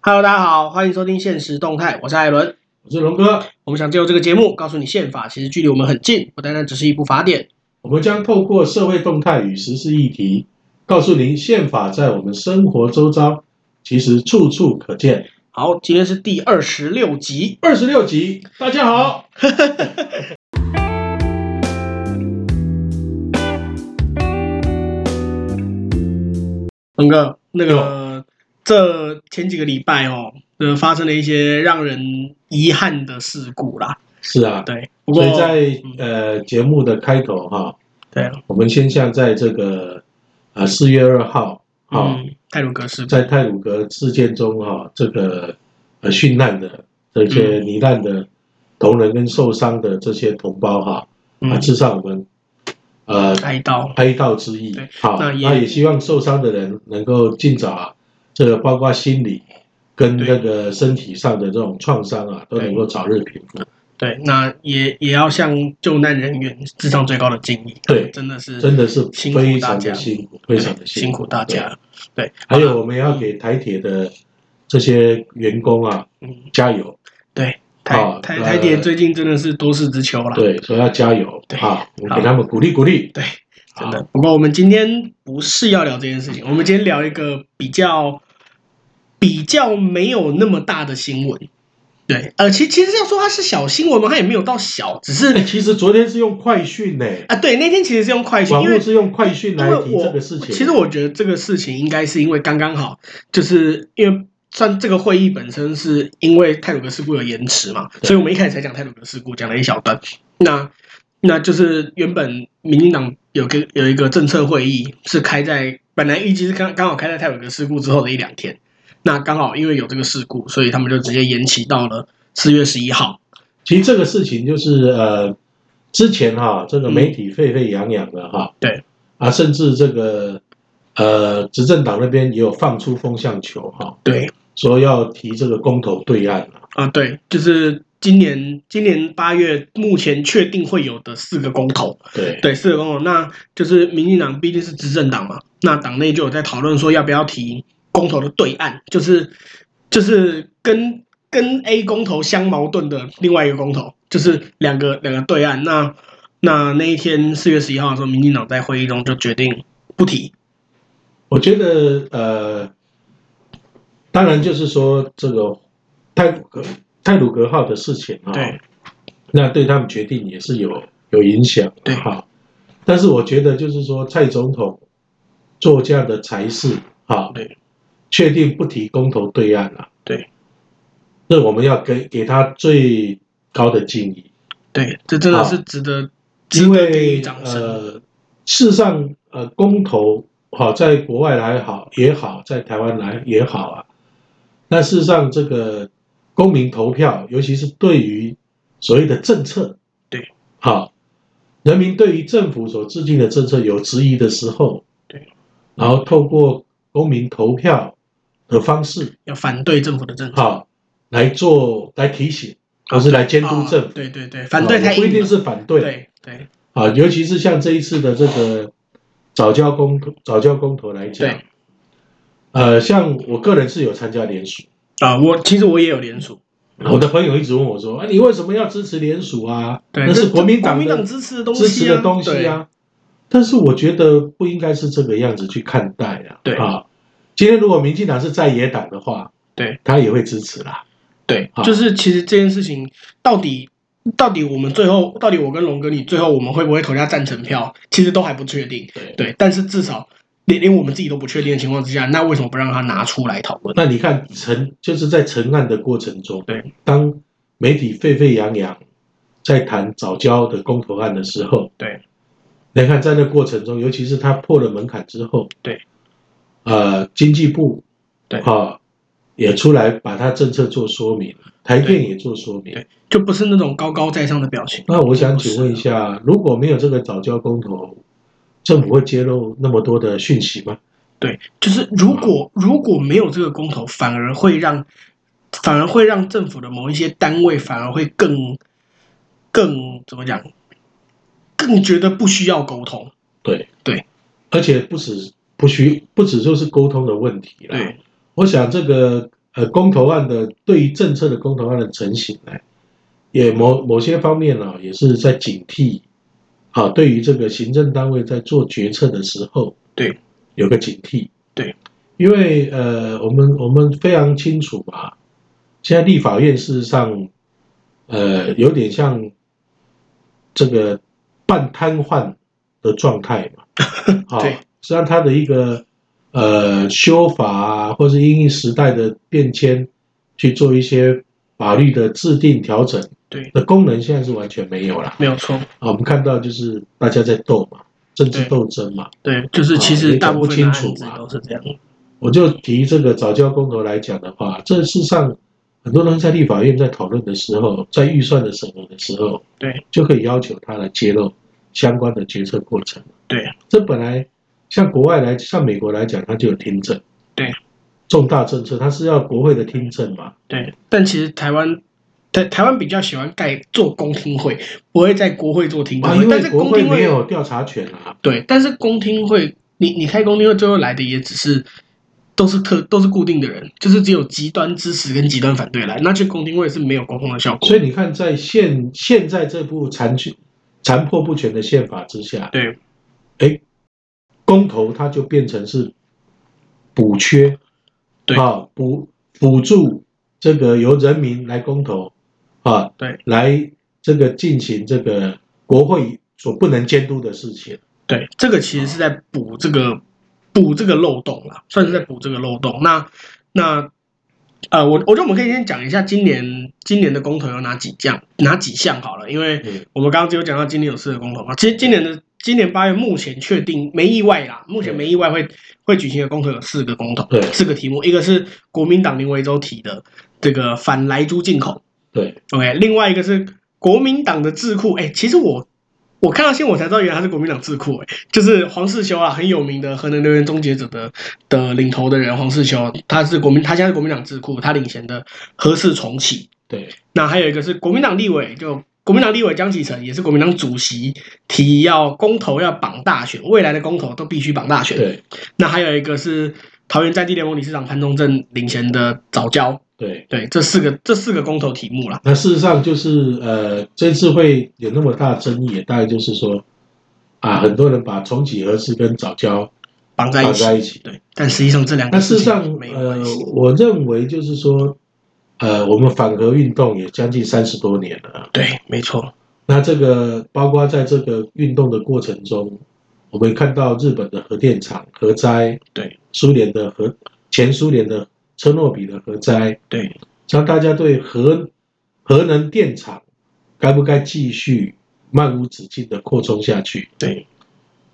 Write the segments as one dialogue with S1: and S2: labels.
S1: Hello，大家好，欢迎收听《现实动态》，我是艾伦。
S2: 我是龙哥，
S1: 我们想借由这个节目，告诉你宪法其实距离我们很近，不单单只是一部法典。
S2: 我们将透过社会动态与时事议题，告诉您宪法在我们生活周遭其实处处可见。
S1: 好，今天是第二十六集。
S2: 二十六集，大家好，
S1: 嗯龙哥，那个这前几个礼拜哦，呃，发生了一些让人遗憾的事故啦。
S2: 是啊，
S1: 对，不
S2: 所
S1: 过嗯
S2: 以在呃节目的开头哈，
S1: 对，
S2: 我们先像在这个啊四月二号哈，
S1: 嗯，泰鲁格事
S2: 在泰鲁格事件中哈，这个呃殉难的这些
S1: 嗯
S2: 罹难的同仁跟受伤的这些同胞哈，啊，
S1: 嗯，
S2: 至少我们呃
S1: 哀悼。
S2: 哀悼之意
S1: 对。
S2: 好，
S1: 那
S2: 那
S1: 也
S2: 也希望受伤的人能够尽早啊，这个包括心理跟
S1: 对
S2: 这个身体上的这种创伤啊，都
S1: 对
S2: 能够早日平复。
S1: 对，那也也要向救难人员致上最高的敬意。
S2: 对
S1: 真的是
S2: 真的是
S1: 辛苦大
S2: 非常
S1: 家
S2: 的辛苦，非常的
S1: 辛苦大家。对，
S2: 还有我们要给台铁的这些员工啊，
S1: 嗯，
S2: 加油！
S1: 对，台
S2: 好
S1: 台
S2: 那
S1: 台铁最近真的是多事之秋啦。
S2: 对，说要加油
S1: 嗯对
S2: 啊！我们
S1: 好
S2: 给他们鼓励鼓励。
S1: 对，真的
S2: 好。
S1: 不过我们今天不是要聊这件事情，我们今天聊一个比较比较没有那么大的新闻。对，呃，其其实要说它是小新闻嘛，它也没有到小，只
S2: 哎
S1: 是
S2: 其实昨天是用快讯呢，
S1: 啊，对，那天其实是用快讯，
S2: 网
S1: 因
S2: 络
S1: 为
S2: 是用快讯
S1: 因
S2: 来
S1: 为
S2: 提
S1: 我
S2: 这个事情。
S1: 其实我觉得这个事情应该是因为刚刚好，就是因为算这个会议本身是因为泰鲁格事故有延迟嘛，
S2: 对
S1: 所以我们一开始才讲泰鲁格事故，讲了一小段。那那就是原本民进党有个有一个政策会议是开在本来预计是刚刚好开在泰鲁格事故之后的一两天，那刚好因为有这个事故，所以他们就直接延期到了四月十一号。
S2: 其实这个事情就是呃，之前哈、这个媒体沸沸扬扬的哈、
S1: 嗯对
S2: 啊，甚至这个呃执政党那边也有放出风向球哈、
S1: 对
S2: 说要提这个公投对岸啊
S1: 啊，对，就是今年今年八月目前确定会有的四个公投。
S2: 对
S1: 对，四个公投，那就是民进党毕竟是执政党嘛，那党内就有在讨论说要不要提公投的对岸，就是就是跟跟 A 公投相矛盾的另外一个公投，就是两个两个对岸。那那那一天四月十一号的时候，民进党在会议中就决定不提。
S2: 我觉得呃，当然就是说这个泰鲁格泰鲁格号的事情啊哈、
S1: 对
S2: 那对他们决定也是有有影响的
S1: 对
S2: 哈。但是我觉得就是说，蔡总统做这样的裁示哈，
S1: 对，
S2: 确定不提公投对岸了、
S1: 对，
S2: 那我们要给给他最高的敬意，
S1: 对，这真的
S2: 好
S1: 是值得值
S2: 因
S1: 得给予
S2: 为
S1: 掌声。
S2: 呃，事实上呃，公投好、在国外来好也好，在台湾来也好啊，那事实上这个公民投票，尤其是对于所谓的政策，
S1: 对，
S2: 好、人民对于政府所制定的政策有质疑的时候，
S1: 对，
S2: 然后透过公民投票的方式，
S1: 要反对政府的政策，
S2: 好来做来提醒，而是来监督政
S1: 啊
S2: 府。
S1: 对对对，反对
S2: 啊
S1: 太
S2: 我不一
S1: 硬
S2: 定
S1: 了。
S2: 是反对
S1: 对对
S2: 啊，尤其是像这一次的这个早教公投，早教公投来讲
S1: 对，
S2: 呃，像我个人是有参加联署，
S1: 啊，我其实我也有联署。
S2: 我的朋友一直问我说，啊，你为什么要支持联署啊？
S1: 对，
S2: 那
S1: 这
S2: 是国民
S1: 国
S2: 党
S1: 民党
S2: 的
S1: 支持的东西、啊，
S2: 支持的东西
S1: 对。
S2: 啊。但是我觉得不应该是这个样子去看待啊。
S1: 对
S2: 啊，今天如果民进党是在野党的话，
S1: 对，
S2: 他也会支持啦。
S1: 对，
S2: 好
S1: 就是其实这件事情到底到底我们最后到底我跟龙哥你最后我们会不会投下赞成票，其实都还不确定。
S2: 对
S1: 对，但是至少连连我们自己都不确定的情况之下，那为什么不让他拿出来讨论？
S2: 那你看成就是在成案的过程中，
S1: 对，
S2: 当媒体沸沸扬扬在谈早教的公投案的时候，
S1: 对，
S2: 你看在那过程中，尤其是他破了门槛之后，
S1: 对，
S2: 呃，经济部
S1: 对
S2: 啊也出来把他政策做说明，台电也做说明
S1: 对。就不是那种高高在上的表情。
S2: 那我想请问一下，如果没有这个早教公投，政府会揭露那么多的讯息吗？
S1: 对，就是如果如果没有这个公投，反而会让反而会让政府的某一些单位反而会更更怎么讲，更觉得不需要沟通。
S2: 对
S1: 对，
S2: 而且不止不需不止就是沟通的问题啦。
S1: 对，
S2: 我想这个呃公投案的对于政策的公投案的成型呢，也某某些方面呢、也是在警惕啊，对于这个行政单位在做决策的时候，
S1: 对，
S2: 有个警惕，
S1: 对，
S2: 因为呃，我们我们非常清楚嘛，现在立法院事实上，呃，有点像这个半瘫痪的状态 嘛，好、
S1: 对
S2: 实际上它的一个呃修法啊，或是因应时代的变迁去做一些法律的制定调整，
S1: 对
S2: 的功能现在是完全没有了。
S1: 没有错，
S2: 啊，我们看到就是大家在斗嘛，政治
S1: 对
S2: 斗争嘛。
S1: 对，就是其
S2: 啊
S1: 实
S2: 也
S1: 大
S2: 讲
S1: 部
S2: 不
S1: 分的案
S2: 清楚
S1: 子
S2: 嘛
S1: 都是这样，
S2: 我就提这个早教公投来讲的话，这事实上很多人在立法院在讨论的时候，在预算的审核的时候，
S1: 对，
S2: 就可以要求他来揭露相关的决策过程。
S1: 对，
S2: 这本来像国外来，像美国来讲，它就有听证。
S1: 对，
S2: 重大政策它是要国会的听证嘛？
S1: 对。但其实台湾。台台湾比较喜欢盖做公听会，不会在国会做听证
S2: 啊，
S1: 会，
S2: 因
S1: 嗯但
S2: 为
S1: 是
S2: 国
S1: 公
S2: 会
S1: 听
S2: 没
S1: 会
S2: 有调查权啊。
S1: 对，但是公听会，你你开公听会，最后来的也只是都是特都是固定的人，就是只有极端支持跟极端反对来，那去公听会是没有沟通的效果。
S2: 所以你看，在现现在这部残缺、残破不全的宪法之下，
S1: 对
S2: 公投它就变成是补缺，
S1: 对
S2: 啊，补补助这个由人民来公投啊，
S1: 对，
S2: 来这个进行这个国会所不能监督的事情。
S1: 对，这个其实是在补这个补这个漏洞啦，算是在补这个漏洞。那那呃，我我觉得我们可以先讲一下今年今年的公投有哪几项哪几项好了，因为
S2: 嗯
S1: 我们刚刚只有讲到今年有四个公投嘛，其实今年的今年八月目前确定没意外啦，目前没意外会会举行的公投有四个公投
S2: 对，
S1: 四个题目，一个是国民党林维洲提的这个反莱猪进口
S2: 对，
S1: ，OK，另外一个是国民党的智库，哎、其实我我看到新闻我才知道，原来他是国民党智库、哎，就是黄世修啊，很有名的核能留言终结者的的领头的人黄世修，他是国民，他现在是国民党智库，他领衔的核四重启，
S2: 对，
S1: 那还有一个是国民党立委，就国民党立委江启臣也是国民党主席提要公投要绑大选，未来的公投都必须绑大选。
S2: 对，
S1: 那还有一个是桃园在地联盟理事长潘宗正领衔的早教，
S2: 对。
S1: 对，这四个这四个公投题目啦，
S2: 那事实上就是，呃，这次会有那么大争议，大概就是说，啊，很多人把重启核适跟早教
S1: 绑在一
S2: 绑
S1: 起。
S2: 在一起，
S1: 对，但实际上这两个
S2: 那事
S1: 事
S2: 实上
S1: 情没，有
S2: 呃
S1: 关系。，
S2: 我认为就是说，呃，我们反核运动也将近三十多年了啊。
S1: 对，没错，
S2: 那这个包括在这个运动的过程中，我们看到日本的核电厂核灾，
S1: 对，
S2: 苏联的核前苏联的车诺比的核灾，
S1: 对
S2: 让大家对核核能电厂该不该继续漫无止境的扩充下去
S1: 对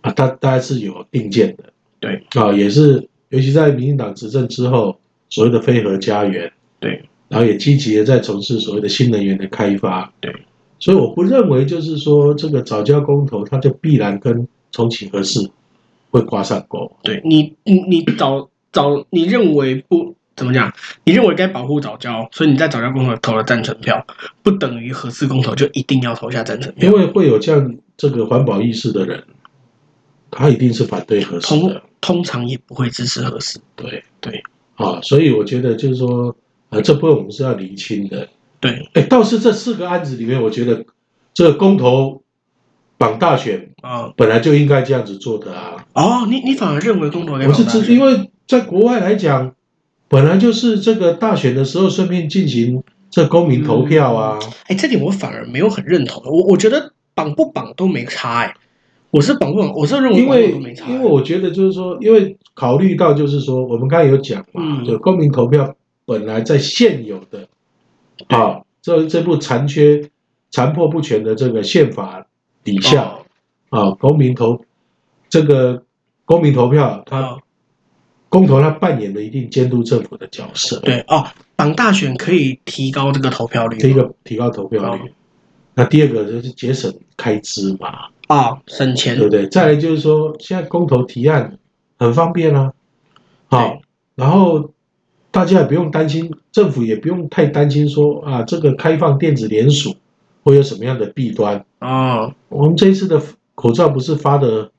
S2: 啊，大大概是有定见的。
S1: 对
S2: 啊，也是，尤其在民进党执政之后，所谓的非核家园，
S1: 对
S2: 然后也积极的在从事所谓的新能源的开发，
S1: 对。
S2: 所以我不认为就是说这个早教公投，它就必然跟重启核适会挂上钩。
S1: 对，你你你早早，你认为不怎么讲？你认为该保护早教，所以你在早教公投投了赞成票，不等于合适公投就一定要投下赞成票
S2: 因。为会有这样这个环保意识的人，他一定是反对核适
S1: 通
S2: 的，
S1: 通常也不会支持合适。
S2: 对
S1: 对。
S2: 啊，所以我觉得就是说，呃，这部分我们是要厘清的。
S1: 对
S2: 哎，倒是这四个案子里面，我觉得这个公投绑大选
S1: 啊、
S2: 本来就应该这样子做的啊。
S1: 哦，你你反而认为公投该
S2: 我
S1: 保
S2: 是
S1: 大
S2: 指，
S1: 选？
S2: 因为在国外来讲，本来就是这个大选的时候顺便进行这公民投票啊。
S1: 哎，这点我反而没有很认同。我我觉得绑不绑都没差哎、我是绑不嗯绑，我是认为绑
S2: 因
S1: 不
S2: 为
S1: 绑都没差、哎哦
S2: 因为我觉得就是说，因为考虑到就是说，我们刚才有讲嘛，
S1: 嗯
S2: 就公民投票本来在现有的啊这这部残缺、残破不全的这个宪法底下
S1: 哦
S2: 啊，公民投这个公民投票，它
S1: 哦
S2: 公投它扮演了一定监督政府的角色。
S1: 对哦，绑大选可以提高这个投票率吗。
S2: 第一个提高投票
S1: 啊
S2: 率，那第二个就是节省开支嘛，
S1: 啊、省钱
S2: 对不对？再来就是说，现在公投提案很方便啊，好
S1: 对，
S2: 然后大家也不用担心，政府也不用太担心说啊，这个开放电子联署会有什么样的弊端。
S1: 哦，
S2: 我们这一次的口罩不是发的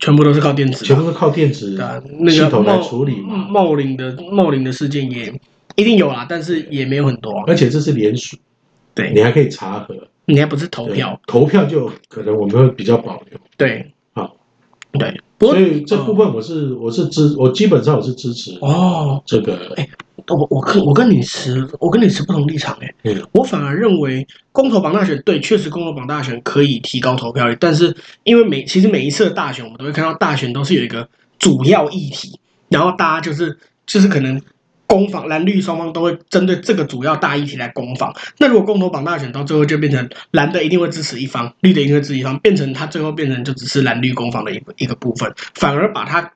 S1: 全部都是靠电子的
S2: 全部是靠电子
S1: 对啊，那
S2: 系
S1: 个
S2: 统来
S1: 茂
S2: 处理嘛？
S1: 茂林的茂林的事件也一定有啦，但是也没有很多啊。
S2: 而且这是联署，
S1: 对
S2: 你还可以查核。
S1: 你还不是投
S2: 对
S1: 票，
S2: 投票就可能我们会比较保留。
S1: 对，
S2: 好，
S1: 对。不过
S2: 所以这部分我是我是支，我基本上我是支持
S1: 哦，
S2: 这个
S1: 哎我我跟我跟你持我跟你持不同立场哎、
S2: 嗯
S1: 我反而认为公投榜大选对，确实公投榜大选可以提高投票率，但是因为每其实每一次的大选，我们都会看到大选都是有一个主要议题，然后大家就是就是可能攻防蓝绿双方都会针对这个主要大议题来攻防。那如果公投榜大选到最后就变成蓝的一定会支持一方，绿的一定会支持一方，变成它最后变成就只是蓝绿攻防的一个一个部分，反而把它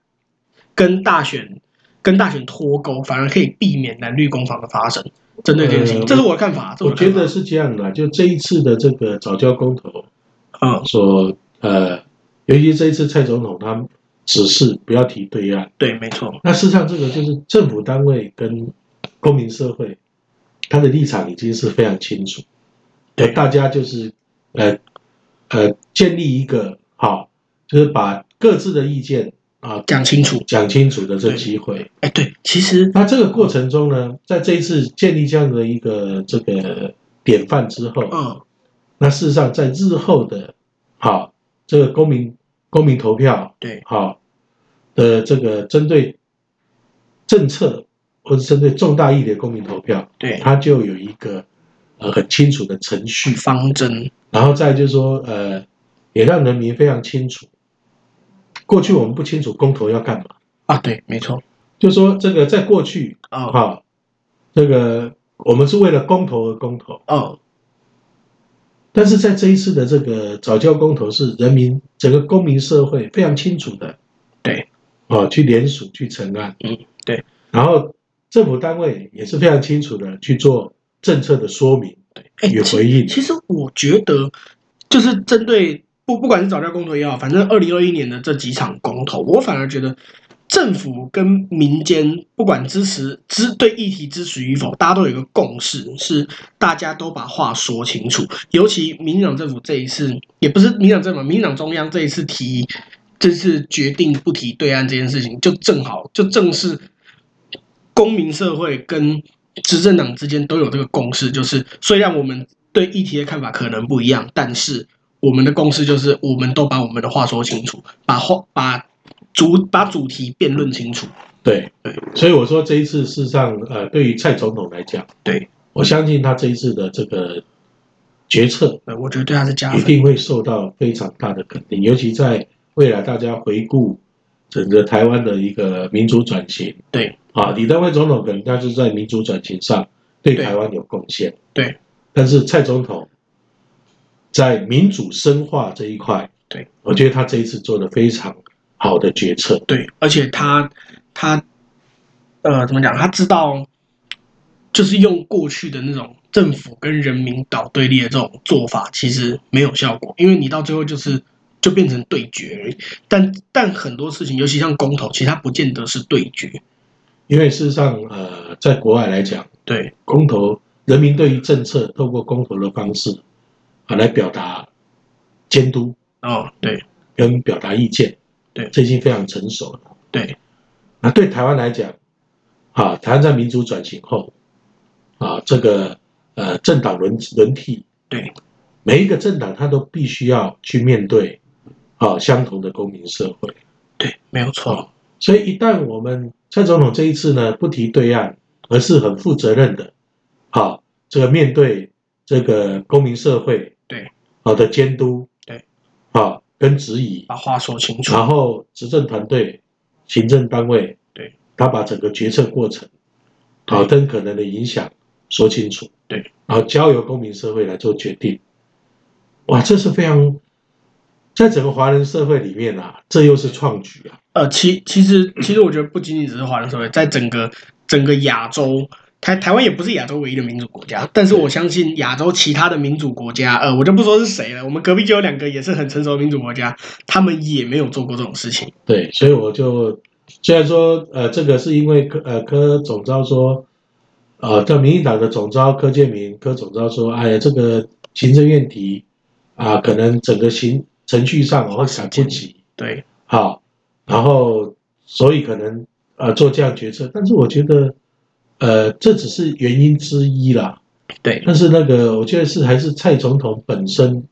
S1: 跟大选跟大选脱钩，反而可以避免蓝绿攻防的发生。针对这件事情，
S2: 呃
S1: 这是我的看法。这
S2: 我
S1: 的
S2: 觉
S1: 看法
S2: 得是这样的，就这一次的这个早教公投
S1: 嗯，
S2: 所呃，尤其这一次蔡总统他指示不要提对岸，
S1: 对，没错，
S2: 那事实上这个就是政府单位跟公民社会他的立场已经是非常清楚，
S1: 对
S2: 大家就是呃呃建立一个好，就是把各自的意见啊
S1: 讲清楚。
S2: 讲清楚的这
S1: 对
S2: 机会。
S1: 哎，对，其实
S2: 那这个过程中呢，在这一次建立这样的一个这个典范之后，
S1: 嗯，
S2: 那事实上在日后的，好这个公民公民投票，
S1: 对
S2: 好，的这个针对政策或者针对重大议题的公民投票，
S1: 对，
S2: 它就有一个呃很清楚的程序，
S1: 方针，
S2: 然后再就是说呃，也让人民非常清楚，过去我们不清楚公投要干嘛，
S1: 啊，对，没错，
S2: 就说这个在过去
S1: 哦
S2: 好，这个我们是为了公投而公投，
S1: 哦，
S2: 但是在这一次的这个早教公投是人民整个公民社会非常清楚的，
S1: 对，
S2: 哦，去联署去成案，
S1: 嗯，对，
S2: 然后政府单位也是非常清楚的去做政策的说明
S1: 哎，
S2: 与
S1: 其
S2: 回应，
S1: 其实我觉得，就是针对不不管是早教公投也好，反正二零二一年的这几场公投，我反而觉得政府跟民间不管支持支对议题支持与否，大家都有一个共识，是大家都把话说清楚。尤其民进党政府这一次，也不是民进党政府，民进党中央这一次提，这次决定不提对岸这件事情，就正好就正是公民社会跟执政党之间都有这个共识，就是虽然我们对议题的看法可能不一样，但是我们的共识就是我们都把我们的话说清楚，把话把主把主题辩论清楚。
S2: 对
S1: 对，
S2: 所以我说这一次事实上，呃，对于蔡总统来讲，
S1: 对，
S2: 我相信他这一次的这个决策
S1: 对呃我觉得对他是加
S2: 一
S1: 分。
S2: 定会受到非常大的肯定，尤其在未来大家回顾整个台湾的一个民主转型
S1: 对
S2: 啊，李登辉总统可能他就是在民主转型上对
S1: 对
S2: 台湾有贡献，
S1: 对，
S2: 但是蔡总统在民主深化这一块，
S1: 对
S2: 我觉得他这一次做的非常好的决策，
S1: 对，而且他他呃怎么讲？他知道就是用过去的那种政府跟人民搞对立的这种做法，其实没有效果，因为你到最后就是就变成对决而已。但但很多事情，尤其像公投，其实它不见得是对决。
S2: 因为事实上，呃，在国外来讲，
S1: 对
S2: 公投人民对于政策透过公投的方式啊来表达监督，
S1: 哦，对
S2: 跟表达意见，
S1: 对
S2: 这已经非常成熟了。
S1: 对
S2: 那对台湾来讲，啊，台湾在民主转型后，啊，这个呃政党轮轮替，
S1: 对
S2: 每一个政党它都必须要去面对啊相同的公民社会。
S1: 对，没有错。
S2: 所以一旦我们蔡总统这一次呢不提对岸，而是很负责任的，啊，这个面对这个公民社会
S1: 对
S2: 好的监督，
S1: 对，
S2: 啊跟质疑，
S1: 把话说清楚。
S2: 然后执政团队、行政单位，
S1: 对，
S2: 他把整个决策过程，
S1: 对
S2: 好跟可能的影响说清楚，
S1: 对，
S2: 然后交由公民社会来做决定。哇，这是非常，在整个华人社会里面啊，这又是创举啊，
S1: 呃，其其实其实我觉得不仅仅只是华人社会，在整个整个亚洲，台台湾也不是亚洲唯一的民主国家，但是我相信亚洲其他的民主国家，呃，我就不说是谁了，我们隔壁就有两个也是很成熟的民主国家，他们也没有做过这种事情。
S2: 对，所以我就虽然说，呃，这个是因为柯呃柯总召说，呃，这民进党的总召柯建明柯总召说，哎呀，这个行政院提啊、可能整个行程序上哦我会赶不及，
S1: 对，
S2: 好，然后所以可能呃做这样决策，但是我觉得呃，这只是原因之一啦。
S1: 对，
S2: 但是那个，我觉得是还是蔡总统本身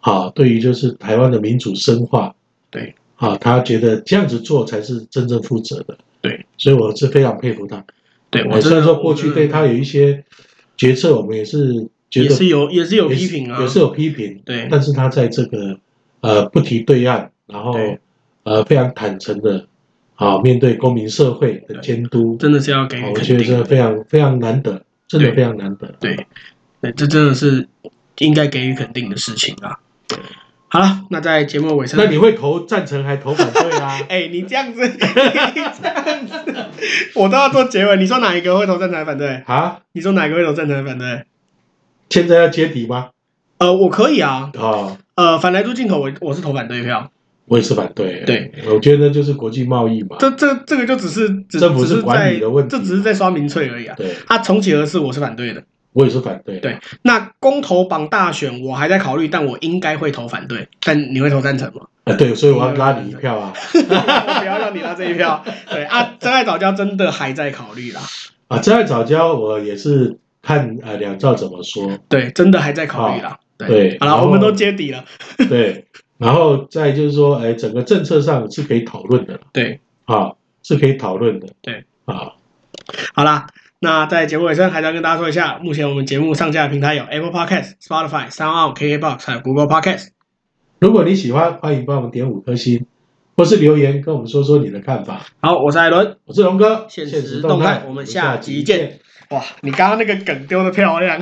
S2: 啊，对于就是台湾的民主深化，
S1: 对
S2: 啊，他觉得这样子做才是真正负责的。
S1: 对，
S2: 所以我是非常佩服他。哎
S1: 对我
S2: 虽
S1: 真
S2: 然
S1: 的嗯
S2: 说过去对他有一些决策，我们也是觉
S1: 也
S2: 得
S1: 是有也是有
S2: 也
S1: 批
S2: 是
S1: 评啊，
S2: 也是有批评，
S1: 对
S2: 但是他在这个呃不提对岸，然后
S1: 对
S2: 呃非常坦诚的啊面对公民社会的
S1: 对
S2: 监督，
S1: 真的是要给
S2: 啊
S1: 予
S2: 我
S1: 肯
S2: 觉得真的
S1: 定。
S2: 非常非常难得，真的
S1: 对
S2: 非常难得。
S1: 对，对，这真的是应该给予肯定的事情啊。好了，那在节目的尾声，
S2: 那你会投赞成还投反对啊？
S1: 哎、你这样 子，你这样子，我都要做结尾。你说哪一个会投赞成还反对？
S2: 啊，
S1: 你说哪一个会投赞成还反对？
S2: 现在要揭底吗？
S1: 呃，我可以啊。
S2: 啊，
S1: 呃，反来猪进口我，我是投反对票。
S2: 我也是反对。
S1: 对，
S2: 我觉得就是国际贸易嘛。
S1: 这这这个就只是只
S2: 政府
S1: 只
S2: 是
S1: 是
S2: 管理
S1: 在
S2: 的问题
S1: 这只是在刷民粹而已啊。
S2: 对，
S1: 他重启而是我是反对的。
S2: 我也是反对。
S1: 对，那公投榜大选我还在考虑，但我应该会投反对。但你会投赞成吗？
S2: 啊，对，所以我要拉你一票啊！
S1: 我不要让你拉这一票。对啊，真爱早教真的还在考虑啦。
S2: 啊，真爱早教我也是看呃两兆怎么说。
S1: 对，真的还在考虑啦。
S2: 对
S1: 好
S2: 然
S1: 了，
S2: 后
S1: 我们都揭底了。
S2: 对，然后再就是说，哎，整个政策上是可以讨论的
S1: 对，
S2: 啊，是可以讨论的。
S1: 对
S2: 啊，
S1: 好啦，那在节目尾声还是要跟大家说一下，目前我们节目上架的平台有 Apple Podcast、Spotify、Sound、KKBox 还有 Google Podcast。
S2: 如果你喜欢，欢迎帮我们点五颗星，或是留言跟我们说说你的看法。
S1: 好，我是艾伦。
S2: 我是龙哥，
S1: 现 实动态我们下集见。哇，你刚刚那个梗丢的漂亮。